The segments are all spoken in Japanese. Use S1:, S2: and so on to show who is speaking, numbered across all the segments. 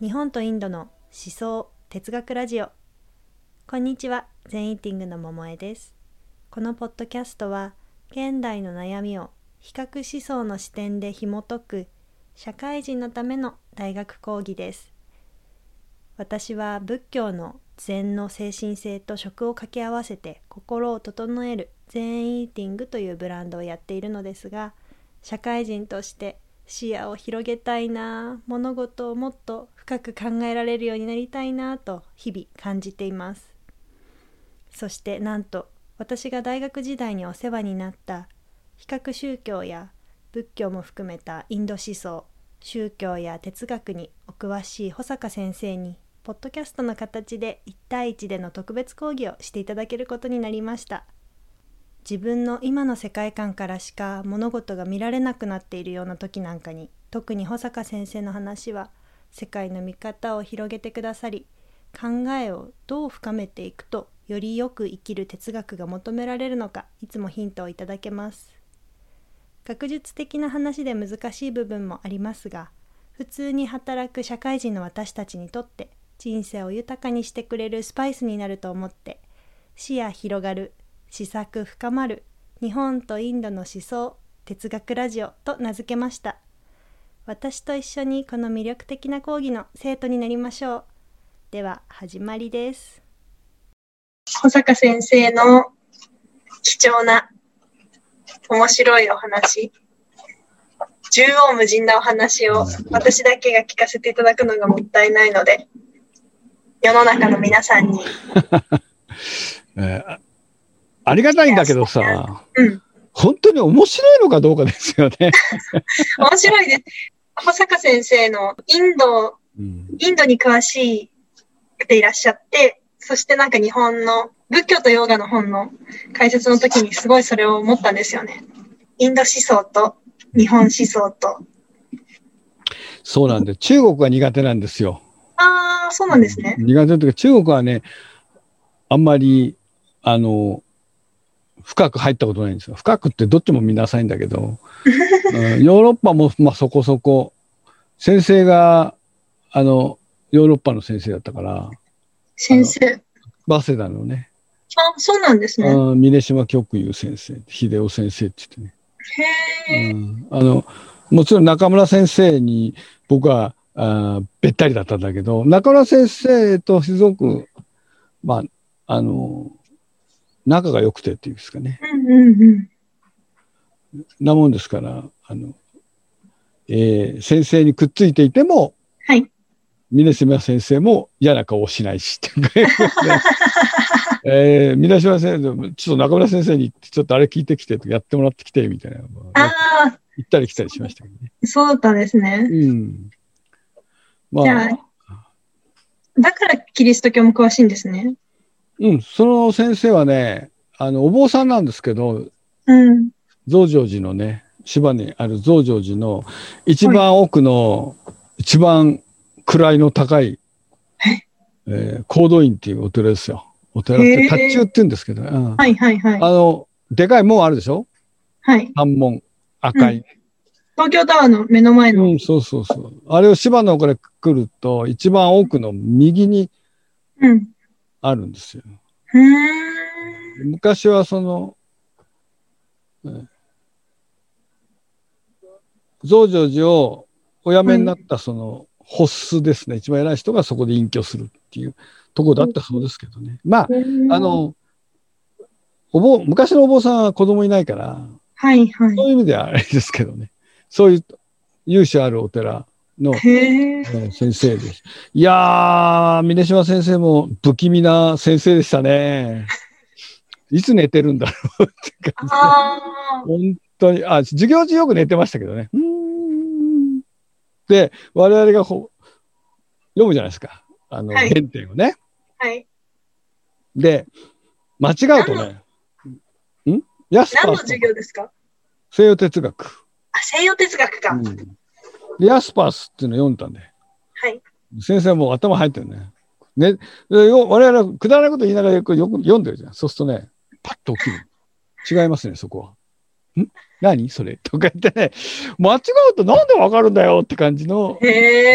S1: 日本とインドの思想哲学ラジオこんにちは全イーティングの桃江ですこのポッドキャストは現代の悩みを比較思想の視点で紐解く社会人のための大学講義です私は仏教の禅の精神性と食を掛け合わせて心を整える禅イーティングというブランドをやっているのですが社会人として視野を広げたいな物事をもっと深く考えられるようになりたいなと日々感じていますそしてなんと私が大学時代にお世話になった比較宗教や仏教も含めたインド思想宗教や哲学にお詳しい保坂先生にポッドキャストの形で1対1での特別講義をしていただけることになりました自分の今の世界観からしか物事が見られなくなっているような時なんかに特に保坂先生の話は世界の見方を広げてくださり考えをどう深めていくとよりよく生きる哲学が求められるのかいつもヒントをいただけます学術的な話で難しい部分もありますが普通に働く社会人の私たちにとって人生を豊かにしてくれるスパイスになると思って視野広がる思索深まる日本とインドの思想哲学ラジオと名付けました私と一緒にこの魅力的な講義の生徒になりましょうでは始まりです
S2: 保坂先生の貴重な面白いお話縦横無尽なお話を私だけが聞かせていただくのがもったいないので世の中の皆さんに、
S3: えーありがたいんだけどさ、
S2: うん、
S3: 本当に面白いのかどうかですよね。
S2: 面白いです保坂先生のインド
S3: うん
S2: インドに詳しくていらっしゃってそしてなんか日本の仏教とヨガの本の解説の時にすごいそれを思ったんですよねインド思想と日本思想と
S3: そうなんで、中国が苦手なんですよ。
S2: ああそうなんですね
S3: 苦手というか、中国はね、あんまり、あの、深く入ったことないんですよ。深くってどっちも見なさいんだけ ど、うんヨーロッパも、まあ、そこそこ、先生が、あの、ヨーロッパの先生だったから、
S2: 先生
S3: バセダのね、
S2: あ、そうなんですね。へ
S3: うん峰島極友先生、秀夫先生って言ってね、
S2: え。
S3: うんあのもちろん中村先生に僕はあーべったりだったんだけど中村先生とすごくまああの仲が良くてっていうんですかね
S2: うんうんうん。
S3: なもんですからあの、えー先生にくっついていても
S2: はい。
S3: 峰島先生も嫌な顔をしないしっていうか えー峰島先生ちょっと中村先生にちょっとあれ聞いてきてやってもらってきてみたいな
S2: ああ、
S3: 行ったり来たりしましたけどね。
S2: そうだったんですね。
S3: うん。ま
S2: じゃ
S3: あ、
S2: だからキリスト教も詳しいんですね。
S3: うん、その先生はね、あの、お坊さんなんですけど、
S2: うん。
S3: 増上寺のね、芝にある増上寺の一番奥の、一番位の高い、
S2: え
S3: えー、高度院っていうお寺ですよ。お寺っ
S2: へ
S3: て、
S2: ー
S3: 達中って言うんですけど、うん
S2: はいはいはい。
S3: あの、でかい門あるでしょ
S2: はい。
S3: 三門、赤い。
S2: 東京タワーの目の前
S3: う
S2: の。
S3: ん、そうそうそう。あれを芝のこれ来ると、一番奥の右に
S2: うん。
S3: あるんですよ。
S2: うーん。
S3: 昔はその、うん増上寺をお辞めになったその、発出ですね、一番偉い人がそこで隠居するっていうところだったそうですけどね。まあ、あ、の、お坊、昔のお坊さんは子供いないから、
S2: はいはい
S3: そ。ういう意味ではあれですけどね、そういう由緒あるお寺の
S2: へえ。
S3: えー先生です。いやー、峰島先生も不気味な先生でしたね。いつ寝てるんだろうって感じ。
S2: ああ。
S3: 本当に、あ、授業中よく寝てましたけどね。うーんで、我々がほ読むじゃないですか。あの、
S2: はい
S3: 原点をね。
S2: はい。
S3: で、間違うとね、ん安
S2: 何
S3: パ
S2: の
S3: ー
S2: 授
S3: ス、
S2: 業ですか
S3: 西洋哲学。
S2: あ、西洋哲学か。は
S3: うんで、ヤスパースっていうのを読んだんで、
S2: い。
S3: 先生もう頭入ってるね。ね、でよ我々はくだらないこと言いながらよくよく読んでるじゃん。そうするとね、パッと起きる。違いますね、そこは。ん何それとか言ってね、間違うとなんでわかるんだよって感じの
S2: へえ。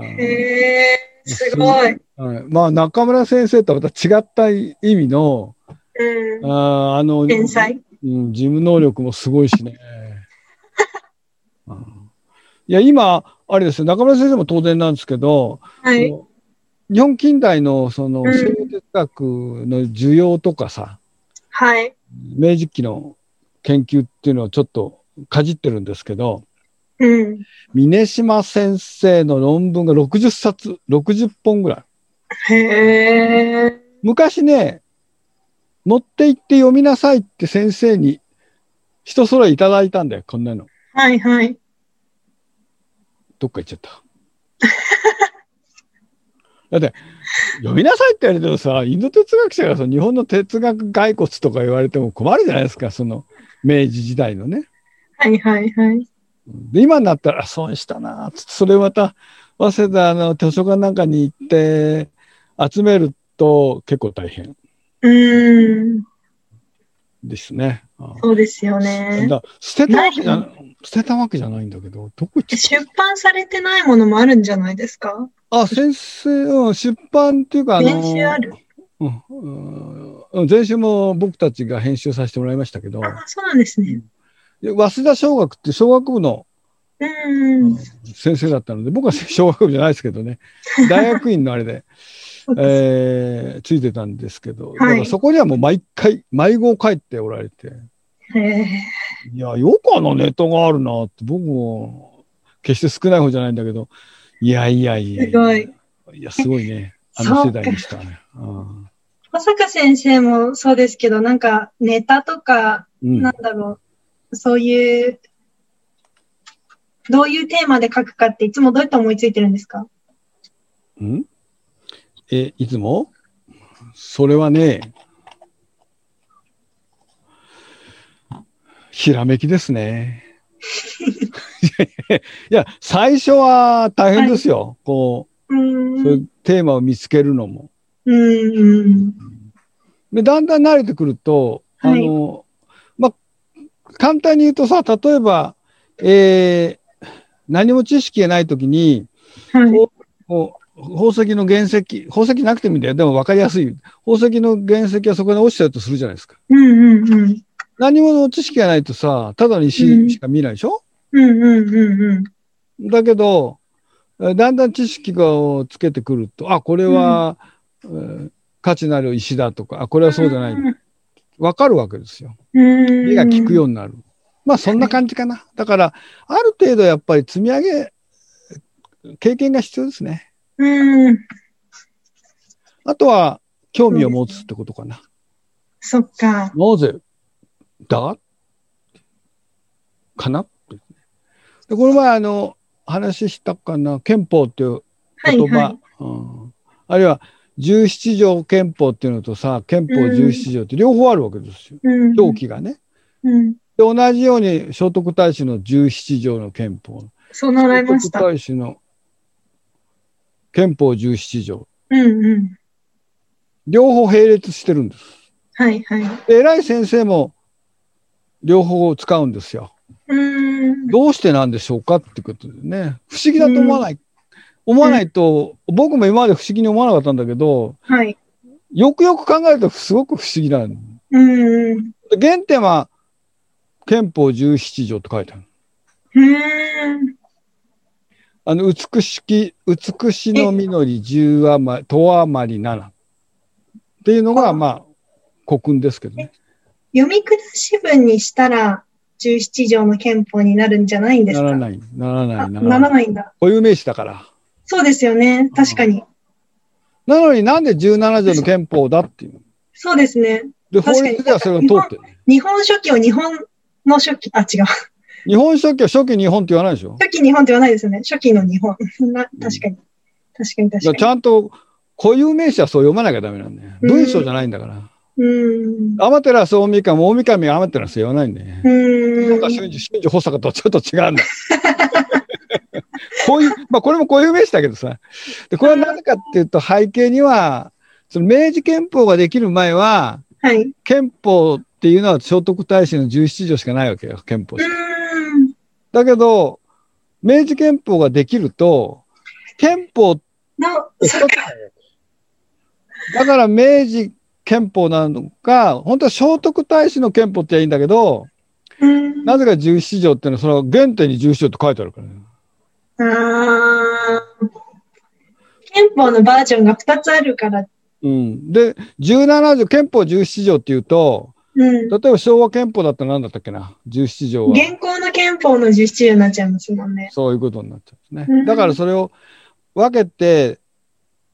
S2: へえ、すごい。
S3: はい、まあ中村先生とはまた違った意味の、
S2: うん。
S3: あーあの、
S2: 天才。
S3: うん、事務能力もすごいしね。うんいや、今、あれですよ、中村先生も当然なんですけど、
S2: はい。
S3: その日本近代のその
S2: うん
S3: 生命哲学の需要とかさ、
S2: はい。
S3: 明治期の研究っていうのをちょっとかじってるんですけど、
S2: うん。
S3: 峰島先生の論文が60冊、60本ぐらい。
S2: へえ。
S3: 昔ね、持って行って読みなさいって先生に一揃いいただいたんだよ、こんなの。
S2: はいはい。
S3: どっか行っちゃった。 だって、読みなさいって言われてもさ、インド哲学者がその日本の哲学骸骨とか言われても困るじゃないですか、その明治時代のね。
S2: はいはいはい。
S3: で、今になったら、あ損したな、つってそれまた、早稲田の図書館なんかに行って、集めると結構大変
S2: うん。
S3: ですね。あ
S2: そうですよ
S3: だ
S2: ね。
S3: から捨てたわけじゃ、捨てたわけじゃないんだけど、どこ行っちゃった
S2: 出版されてないものもあるんじゃないですか
S3: あ、先生、うん、出版っていうか、あの、
S2: 練習ある。
S3: うんうんうん、前週も僕たちが編集させてもらいましたけど、
S2: あ、そうなんですね。
S3: 早稲田小学って小学部の
S2: うん。
S3: 先生だったので、僕は小学部じゃないですけどね、大学院のあれで、 えーついてたんですけど、だからそこにはもう毎回、毎号書いておられて、
S2: へえ。
S3: いや、よくあのネタがあるなって、僕も決して少ない方じゃないんだけど、いやいやいや
S2: すごい。
S3: いや、すごいね。あの世代でしたね。うん
S2: まさか先生もそうですけど、なんかネタとか、
S3: うん
S2: なんだろう、そういう、どういうテーマで書くかっていつもどうやって思いついてるんですか
S3: んえ、いつもそれはね、ひらめきですね。 いや、最初は大変ですよ。こ
S2: う
S3: う、そうい
S2: ーん。
S3: うテーマを見つけるのも。
S2: うんうん。
S3: で、だんだん慣れてくると、あ
S2: はい
S3: の、まあ、簡単に言うとさ、例えば、えー何も知識がないときに、
S2: はい。
S3: こう宝石の原石、宝石なくてもいいんだよ。でも分かりやすい。宝石の原石はそこに落ちてるとするじゃないですか。
S2: うんうんうん。
S3: 何も知識がないとさ、ただの
S2: うん
S3: 石しか見えないでしょ、
S2: うんうんうんうん。
S3: だけど、えだんだん知識をつけてくると、あ、これは、えー価値のある石だとか、あ、これはそうじゃない。分かるわけですよ。
S2: うん。
S3: 目が利くようになる。まあそんな感じかな。だから、ある程度やっぱり積み上げ、経験が必要ですね。
S2: うん。
S3: あとは、興味を持つってことかな。
S2: そっか。
S3: なぜだかなってでこの前あの話したかな憲法っていう
S2: はい
S3: 言葉、
S2: はい。
S3: うん、あるいは17条憲法っていうのとさ憲法17条って両方あるわけですよ
S2: うん。
S3: 表記がね。
S2: うん。
S3: で同じように聖徳太子の17条の憲法
S2: そう習いまし
S3: 聖
S2: た。
S3: 徳太子の憲法17条
S2: うんうん。
S3: 両方並列してるんです。
S2: はいはい。
S3: で偉い先生も両方を使うんですよ。
S2: うん。
S3: どうしてなんでしょうかってことでね。不思議だと思わない。思わないと、僕も今まで不思議に思わなかったんだけど、
S2: はい。
S3: よくよく考えるとすごく不思議な
S2: うん
S3: ん
S2: うん。
S3: で原点は、憲法17条って書いてある。
S2: うん。
S3: あの、美しき、美しの実り十余り、十余り七。っていうのが、まあ、国訓ですけどね。
S2: 読み下し文にしたら、17条の憲法になるんじゃないんです
S3: な
S2: から
S3: ない、ならな
S2: あ
S3: い、な
S2: な
S3: ら
S2: ら
S3: ない。
S2: ないんだ。
S3: 固有名詞だから。
S2: そうですよね。確かに。
S3: なのになんで17条の憲法だっていう。
S2: そうですね。
S3: で、
S2: 確か
S3: 法
S2: に
S3: 律ではそれが通ってる。
S2: 日本書紀を日本の書紀、あ、違う。
S3: 日本書紀は初期日本って言わないでしょ
S2: 初期日本って言わないですよね。初期の日本。な確かに。確かに
S3: だから
S2: 確
S3: ち
S2: か
S3: ゃんと固有名詞はそう読まなきゃダメなんだよ。
S2: うん
S3: 文章じゃないんだから。
S2: に。うーん。
S3: アマテラス大神、大神がアマテラス言わないんだよね。なん
S2: う
S3: か
S2: ー
S3: 瞬
S2: ん。
S3: 時、瞬時、保坂とちょっと違うんだ。こういう、まあこれも固有名詞だけどさ。で、これはなぜかっていうと背景には、その明治憲法ができる前は、
S2: はい。う
S3: 憲法っていうのは聖徳太子の17条しかないわけよ、憲法しか
S2: ーん。
S3: だけど、明治憲法ができると、憲法、
S2: の、そっか、
S4: う
S3: だから明治憲法なのか、本当は聖徳太子の憲法って言えばいいんだけど、
S2: うん。
S3: なぜか十七条っていうのは、その原点に十七条って書いてあるからね。
S2: うーん憲法のバージョンが2つあるから。
S3: うん。で、17条、憲法17条っていうと、
S2: うん。
S3: 例えば昭和憲法だったら何だったっけな ?17 条は。
S2: 現行の憲法の実施になっちゃいますもんね。
S3: そういうことになっちゃうんです
S2: う
S3: ね。
S2: ん
S3: だからそれを分けて、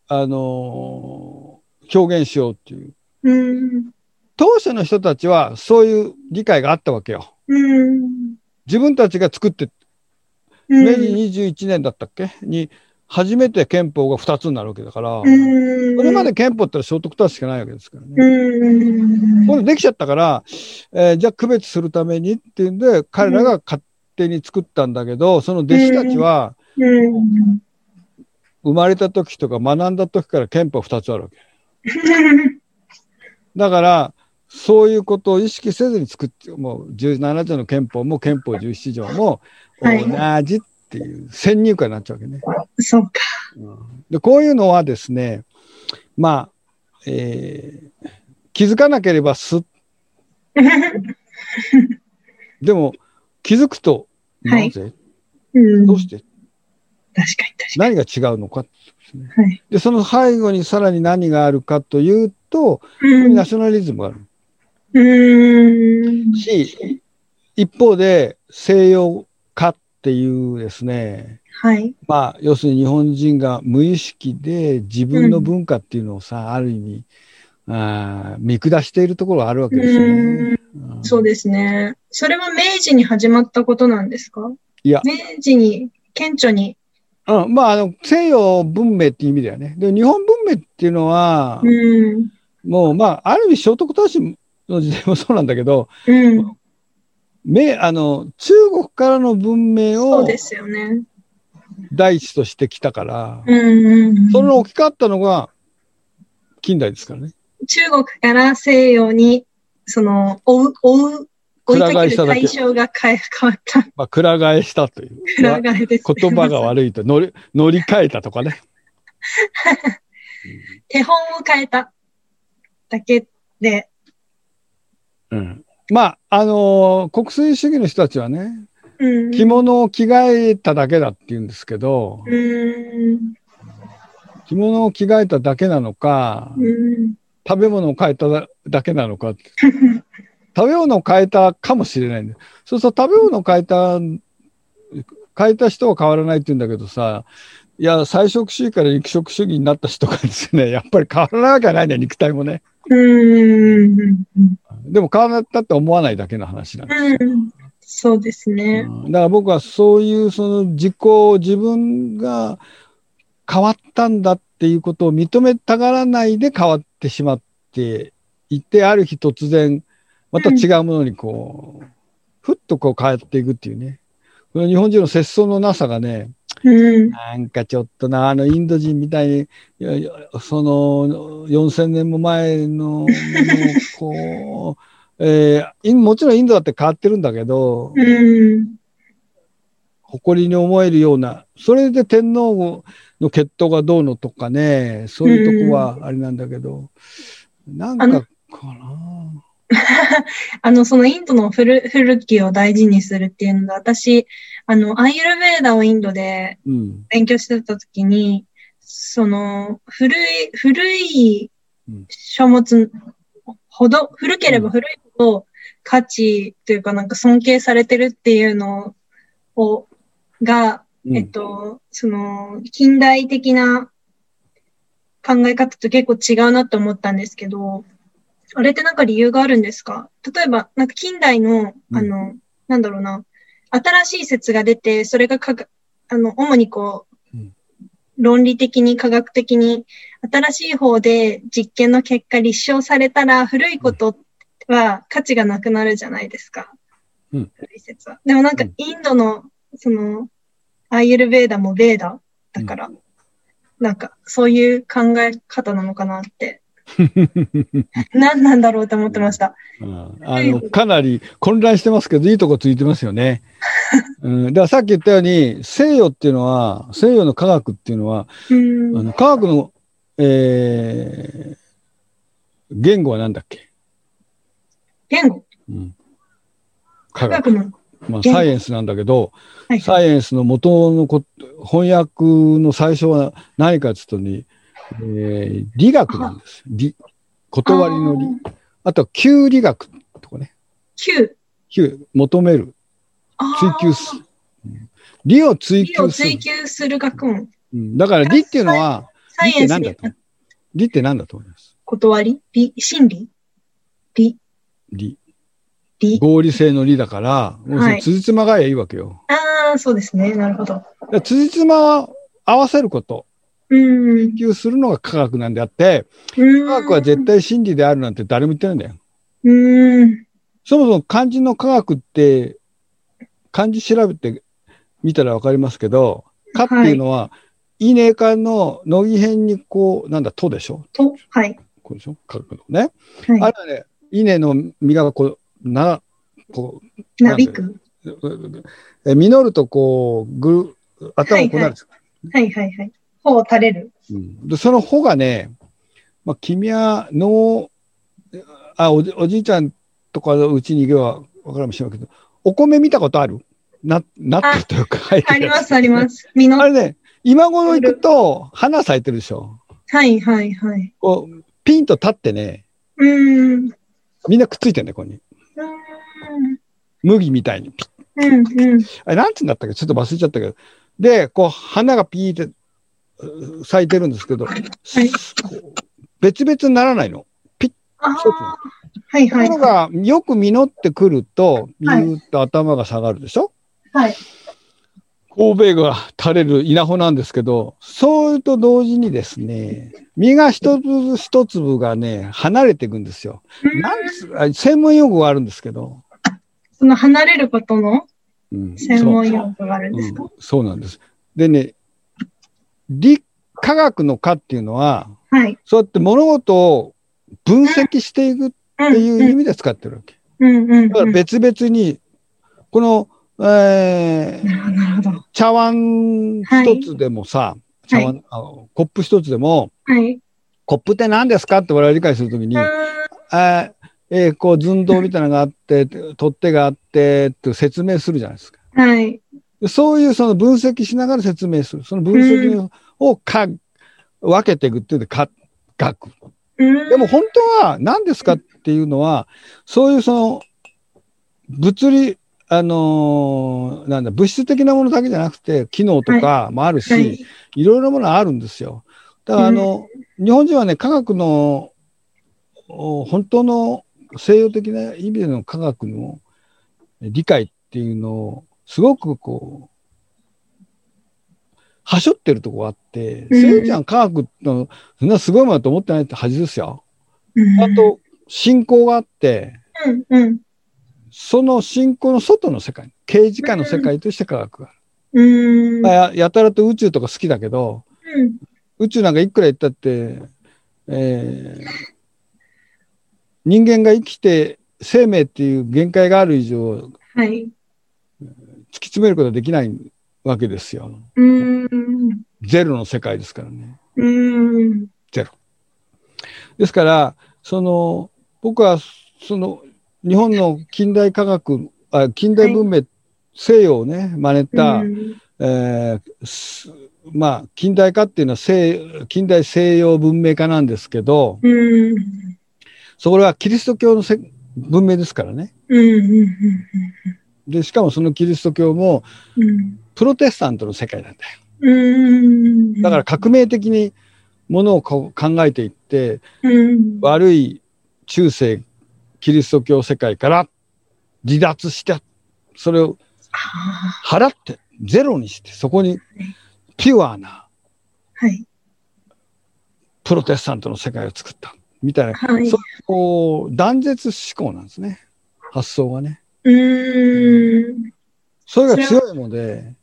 S3: あのー表現しようっていう。
S2: うん。
S3: 当初の人たちはそういう理解があったわけよ。
S2: うん。
S3: 自分たちが作って、
S2: う
S3: 明治
S2: ん。
S3: 21年だったっけに、初めて憲法が2つになるわけだから、
S2: うん。
S3: これまで憲法ってのは聖徳太子しかないわけですからね。
S2: うん。
S3: これできちゃったから、えーじゃあ区別するためにっていうんで、彼らが勝手に作ったんだけど、その弟子たちは
S2: うん。
S3: 生まれた時とか学んだ時から憲法2つあるわけ。だから、そういうことを意識せずに作って、もう17条の憲法も憲法17条も
S2: はい
S3: 同じっていう先入観になっちゃうわけね。
S2: そうか。
S3: で、こういうのはですね、まあ、えー気づかなければすっでも気づくと、
S2: はい
S3: なぜ
S2: うん。
S3: ど
S2: 確
S3: う
S2: か
S3: して
S2: に
S3: 何が違うのかってことですね、
S2: はい
S3: で、その背後にさらに何があるかというと、
S2: 確かに。うん
S3: ナ。ショナリズムがある
S2: うん。
S3: し、一方で西洋化っていうですね、
S2: はい。
S3: まあ、要するに日本人が無意識で自分の文化っていうのをさ、ある意味、あー見下しているところがあるわけですよ
S2: う
S3: ね。
S2: ん。
S3: うん
S2: そうですね。それは明治に始まったことなんですか
S3: いや
S2: 明治に、顕著に。
S3: うん、まあ、あの、西洋文明っていう意味だよね。で、日本文明っていうのは、
S2: うん。
S3: もう、まあ、ある意味、聖徳太子の時代もそうなんだけど、
S2: うん。
S3: めあの中国からの文明
S2: そう
S3: を
S2: ですよね。
S3: 第一としてきたから、
S2: うん。
S3: その大きかったのが近代ですからね。
S2: 中国から西洋に、その、追う、追う、追い
S3: くら
S2: か
S3: 替え
S2: け
S3: し
S2: る
S3: ただけ
S2: 対象が変え変わ った
S3: まあ、くら替えしたという。
S2: くら替えです、ね。
S3: 言葉が悪いと乗り乗り換えたとかね。
S2: 手本を変えただけで、
S3: うん、まあ、あのー国粋主義の人たちはね、
S2: うん。
S3: 着物を着替えただけだって言うんですけど、
S2: うん。
S3: 着物を着替えただけなのか、
S2: うん。
S3: 食べ物を変えただだけな のか、食べ物を変えたかもしれないんだよそうすると食べ物を変えた、変えた人は変わらないって言うんだけどさ、いや、菜食主義から肉食主義になった人がですね、やっぱり変わらなきゃないんだよ、肉体もね。
S2: うん。
S3: でも変わらなかったって思わないだけの話なんですよ
S2: うん。そうですね。
S3: うんだから僕はそういうその自己を自分が変わったんだっていうことを認めたがらないで変わってしまっていて、ある日突然、また違うものにこう、ふっとこう変わっていくっていうね。この日本人の節操のなさがね、
S2: うん。
S3: なんかちょっとな、あのインド人みたいに、いやいやその4000年も前のものをこう、えーいもちろんインドだって変わってるんだけど、
S2: うん。
S3: 誇りに思えるような、それで天皇の血統がどうのとかね、そういうとこはあれなんだけど、なん
S2: あの
S3: かかな。
S2: あの、そのインドの古古きを大事にするっていうのが、私、あの、アーユルヴェーダをインドで
S3: うん。
S2: 勉強してた時に、その、古い、古い
S3: うん
S2: 書物ほど、古ければ古いほど価値というかなんか尊敬されてるっていうのを、が、
S3: うん
S2: えっと、その、近代的な考え方と結構違うなって思ったんですけど、あれってなんか理由があるんですか例えば、なんか近代の、
S3: うん
S2: あの、なんだろうな、新しい説が出て、それがかか、あの、主にこう
S3: うん、
S2: 論理的に科学的に、新しい方で実験の結果立証されたら、古いことは価値がなくなるじゃないですか。
S3: うん
S2: 古い説は。でもなんか
S3: うん
S2: インドの、その、アーユルベーダもベーダだから、なんかそういう考え方なのかな って。何なんだろうって思ってました。
S3: うんあの、かなり混乱してますけど、いいとこついてますよね。うん、だからさっき言ったように西洋っていうのは西洋の科学っていうのは、
S2: うん
S3: あの科学の、えー言語は何だっけ、
S2: 言語
S3: うん、
S2: 科
S3: 科学、
S2: 学の。
S3: まあ、
S2: 言語
S3: サイエンスなんだけど
S2: はい。
S3: サイエンスの元のこ翻訳の最初は何かっていうとね、えー理学なんです。理断りの理。あとは求理学とかね。
S2: 9。
S3: 求、求める、
S2: あー
S3: 追求する。うん理を追
S2: 理を
S3: 求する
S2: 追。求する学問。
S3: うんだから理っていうのは、
S2: サ
S3: 理
S2: イ
S3: っ
S2: エ
S3: て
S2: ンス
S3: 何だ
S2: で
S3: と思う理って何だと思います
S2: 断り理心理理
S3: 理。
S2: 理
S3: 合理性の理だから、もうそ
S2: は
S3: の
S2: い
S3: 辻褄がいいわけよ。
S2: ああ、そうですね。なるほど。
S3: だから辻褄を合わせること、
S2: うん。
S3: 追求するのが科学なんであって、
S2: 科
S3: 科学は絶対真理であるなんて誰も言ってないんだよ。
S2: うん。
S3: そもそも漢字の科学って、漢字調べてみたらわかりますけど、かっていうのは、イネ科の乃木編にこう、なんだ、とでしょ
S2: と、はい。
S3: こうでしょ科学のね。
S2: は
S3: あれはね、稲の実がこう、な、こ
S2: い。なびく。
S3: う、え実るとこう、ぐる、頭をこうなるんですよ、
S2: はいはいはい。頬を垂れ る。
S3: うんで、その穂がね、まあ、君は脳、あ、おじおじいちゃんとかのうちに行けばわかるかもしれないけど、お米見たことあるな、なってるというか、入って
S2: あ
S3: る
S2: り
S3: やつ
S2: ますあります。みの。
S3: あ
S2: は
S3: れね、今頃行くと花咲いてるでしょ。
S2: いはいはい。
S3: こう、ピンと立ってね、
S2: うん。うん。
S3: みんなくっついてんね、ここに。麦みたいに。
S2: うんうん。
S3: あれ、なんつうんだったっけちょっと忘れちゃったけど。で、こう、花がピーってう咲いてるんですけど、こう別々にならないの。
S2: あ
S3: 一つ
S2: あ。はい
S3: と
S2: はい
S3: ころ
S2: は
S3: が、よく実ってくると、ビ
S2: はい
S3: ューッと頭が下がるでしょ、
S2: い。
S3: 神戸が垂れる稲穂なんですけど、そうと同時にですね、実が一粒一粒がね、離れていくんですよ。
S2: うん
S3: なんつあ専門用語があるんですけど。
S2: その離れることの
S3: うん
S2: 専門用語があるんです
S3: う
S2: か
S3: んそうなんです。でね、理科学の科っていうのは、
S2: はい。
S3: そうやって物事を分析していくっていう意味で使ってるわけ。
S2: うんうん
S3: だか
S2: う
S3: ら
S2: ん。
S3: 別々に、この、えー
S2: なるほどなるほど。
S3: 茶碗一つでもさ、茶碗、あのコップ一つでも、
S2: はい。
S3: コップって何ですかって我々理解するときに、
S2: う
S3: あ
S2: ん
S3: ーえーこう寸胴みたいなのがあって、取っ手があって、って説明するじゃないですか。
S2: はい。
S3: そういうその分析しながら説明する。その分析をか、分けていくっていうので、か、学。
S2: うん
S3: でも本当は何ですかっていうのは、そういうその、物理、あのーなんだ、物質的なものだけじゃなくて、機能とかもあるし、、
S2: はいい。
S3: ろいろなものあるんですよ。だからあの、日本人はね、科学の、お本当の西洋的な意味での科学の理解っていうのを、すごくこう、はしょってるとこがあって、
S2: うん
S3: 西洋人は科学の、そんなすごいものだと思ってないって恥ですよ。
S2: うん
S3: あと、信仰があって、
S2: うんうん。
S3: その信仰の外の世界、刑事下の世界として科学がある。
S2: うん。
S3: まあややたらと宇宙とか好きだけど、
S2: うん
S3: 宇宙なんかいくら行ったって、えー人間が生きて生命っていう限界がある以上、突
S2: はい。
S3: き詰めることはできないわけですよ。
S2: うーん。
S3: ゼロの世界ですからね。
S2: うーん。
S3: ですから、その、僕は、その、日本の近代科学、あ近代文明、西洋をね、真似た、
S2: うん
S3: えーすまあ、近代化っていうのは西、近代西洋文明化なんですけど、
S2: うん。
S3: それはキリスト教のせ文明ですからね。
S2: うん。うん。
S3: で、しかもそのキリスト教も
S2: うん。
S3: プロテスタントの世界なんだよ。
S2: うん。
S3: だから、革命的にものをこう考えていって、
S2: うん。
S3: 悪い中世キリスト教世界から離脱した。それを
S2: あ
S3: 払って、ゼロにして、そこにピュアな
S2: ーはい。
S3: プロテスタントの世界を作った。みたいな
S2: はい
S3: そ。こう、断絶思考なんですね。発想がね。
S2: うーん。
S3: それが強いので、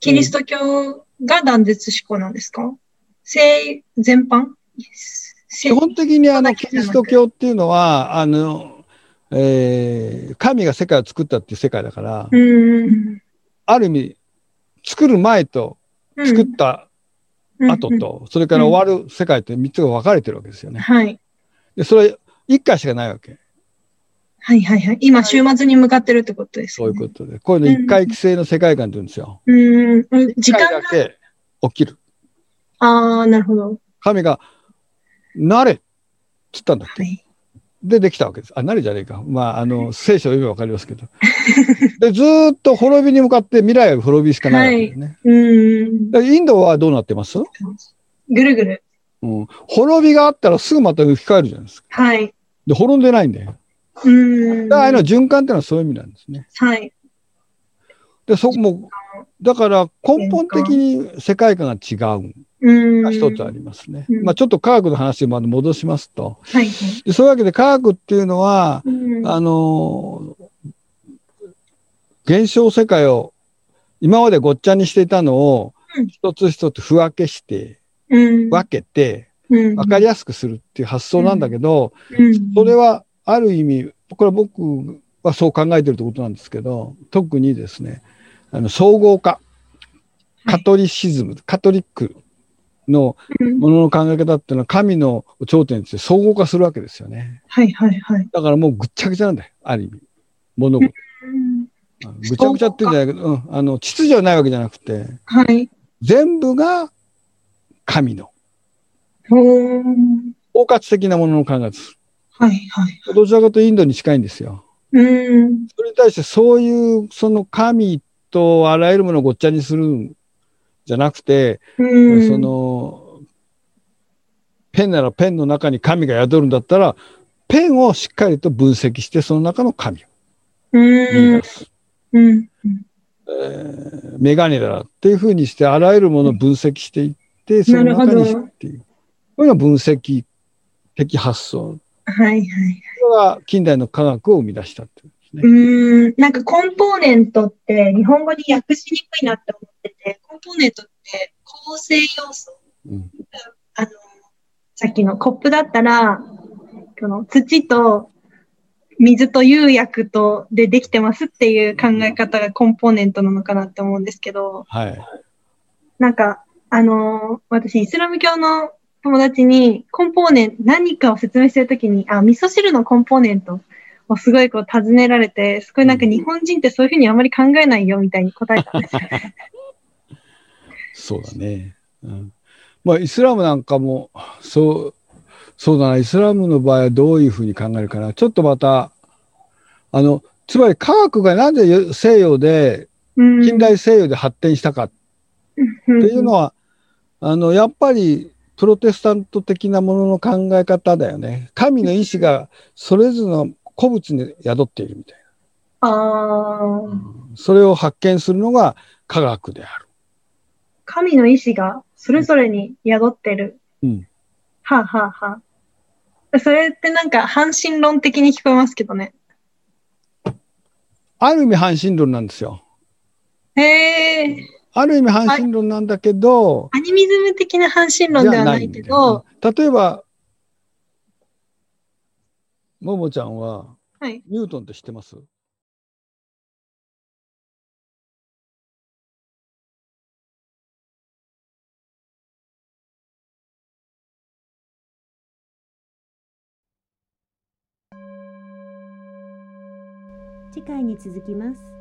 S2: キリスト教が断絶思考なんですか性全般
S3: 基
S2: 性
S3: 本的にあの、
S2: そ
S3: キ
S2: れだけじゃ
S3: リ
S2: なく
S3: スト教っていうのは、あの、えー神が世界を作ったっていう世界だから、
S2: うん。
S3: ある意味、作る前と
S2: うん
S3: 作った後
S2: うん
S3: と、それから終わる世界って3つが分かれてるわけですよ
S2: うん
S3: ね。
S2: はい。
S3: で、それ1回しかないわけ。
S2: はいはいはい。今、週末に向かってるってことです、
S3: そう
S2: ね。
S3: いうことで。こういうの1回規制の世界観って言うんですよ。
S2: うーん。時間
S3: 一
S2: が
S3: 回だ。け起きる。
S2: ああ、なるほど。
S3: 神が、なれっつったんだっけ
S2: はい。
S3: でできたわけです。あ、なれじゃねえか。まあ、あの、聖書を読めばわかります けど。で、ずーっと滅びに向かって未来は滅びしかないわけですね。
S2: うーん。
S3: だからインドはどうなってます、
S2: ぐるぐる。
S3: うん、滅びがあったらすぐまた生き返るじゃないですか。
S2: はい。
S3: で、滅んでないんだよ。
S2: うーん。
S3: だからああいうの循環っていうのはそういう意味なんですね。
S2: はい。
S3: で、そこも、だから根本的に世界観が違う
S2: うーん。
S3: が一つありますね
S2: う。ん
S3: まあ、ちょっと科学の話にまで戻しますと。
S2: はいはい。
S3: でそういうわけで科学っていうのは、
S2: うん。
S3: あのー現象世界を今までごっちゃにしていたのを
S2: うん
S3: 一つ一つ不分けして、
S2: うん。
S3: 分けて、
S2: うん。
S3: 分かりやすくするっていう発想なんだけど、
S2: うん。
S3: それはある意味、これは僕はそう考えてるってことなんですけど、特にですね、あの、総合化、カトリシズム、カトリックの
S2: うん
S3: ものの考え方っていうのは神の頂点として総合化するわけですよね。
S2: はいはいはい。
S3: だからもうぐっちゃぐちゃなんだよ、ある意味。物事。
S2: うん
S3: あのぐちゃぐちゃって言うんじゃないけど、うん、あの、秩序はないわけじゃなくて、
S2: はい。
S3: 全部が神の、
S2: おー
S3: 包括的なものの考えです。
S2: はいはい。
S3: どちらかというとインドに近いんですよ。
S2: うん。
S3: それに対してそういう、その神とあらゆるものをごっちゃにするんじゃなくて、
S2: うん。
S3: その、ペンならペンの中に神が宿るんだったら、ペンをしっかりと分析して、その中の神を
S2: う
S3: 見
S2: ん
S3: 出。す。
S2: うん。
S3: えーメガネだっていうふうにして、あらゆるものを分析していって、その中
S2: なるほ
S3: に
S2: ど
S3: っていう。これが分析的発想。
S2: はいはい。
S3: これが近代の科学を生み出したっていうことですね。
S2: うーん、なんかコンポーネントって日本語に訳しにくいなって思ってて、コンポーネントって構成要素。
S3: うん
S2: あの、さっきのコップだったら、この土と水と釉薬とでできてますっていう考え方がコンポーネントなのかなって思うんですけど、
S3: はい。
S2: なんか、あの、私、イスラム教の友達にコンポーネント、何かを説明してるときに、あ、味噌汁のコンポーネントをすごいこう尋ねられて、すごいなんか日本人ってそういうふうにあまり考えないよみたいに答えたん ですよ。
S3: そうだね。うん。まあ、イスラムなんかも、そう、そうだな、イスラムの場合はどういうふうに考えるかな。ちょっとまた、あの、つまり科学がなんで西洋で、
S2: うん
S3: 近代西洋で発展したかっ
S2: っ
S3: っていうのは、あの、やっぱり、プロテスタント的なものの考え方だよね。神の意志がそれぞれの古物に宿っているみたい
S2: ああ
S3: な。それを発見するのが科学である。
S2: 神の意志がそれぞれに宿ってる。
S3: うん
S2: はあ、はあはあ、それってなんか半神論的に聞こえますけどね。
S3: ある意味半神論なんですよ。
S2: へえ、
S3: ある意味半神論なんだけど、
S2: アニミズム的な半神論
S3: じ
S2: で
S3: ゃ
S2: は
S3: な
S2: ないい
S3: んだ
S2: け
S3: よ
S2: ど、
S3: ね。例えば、ももちゃんは、
S2: はい。
S3: ニュートンって知ってます
S1: 次回に続きます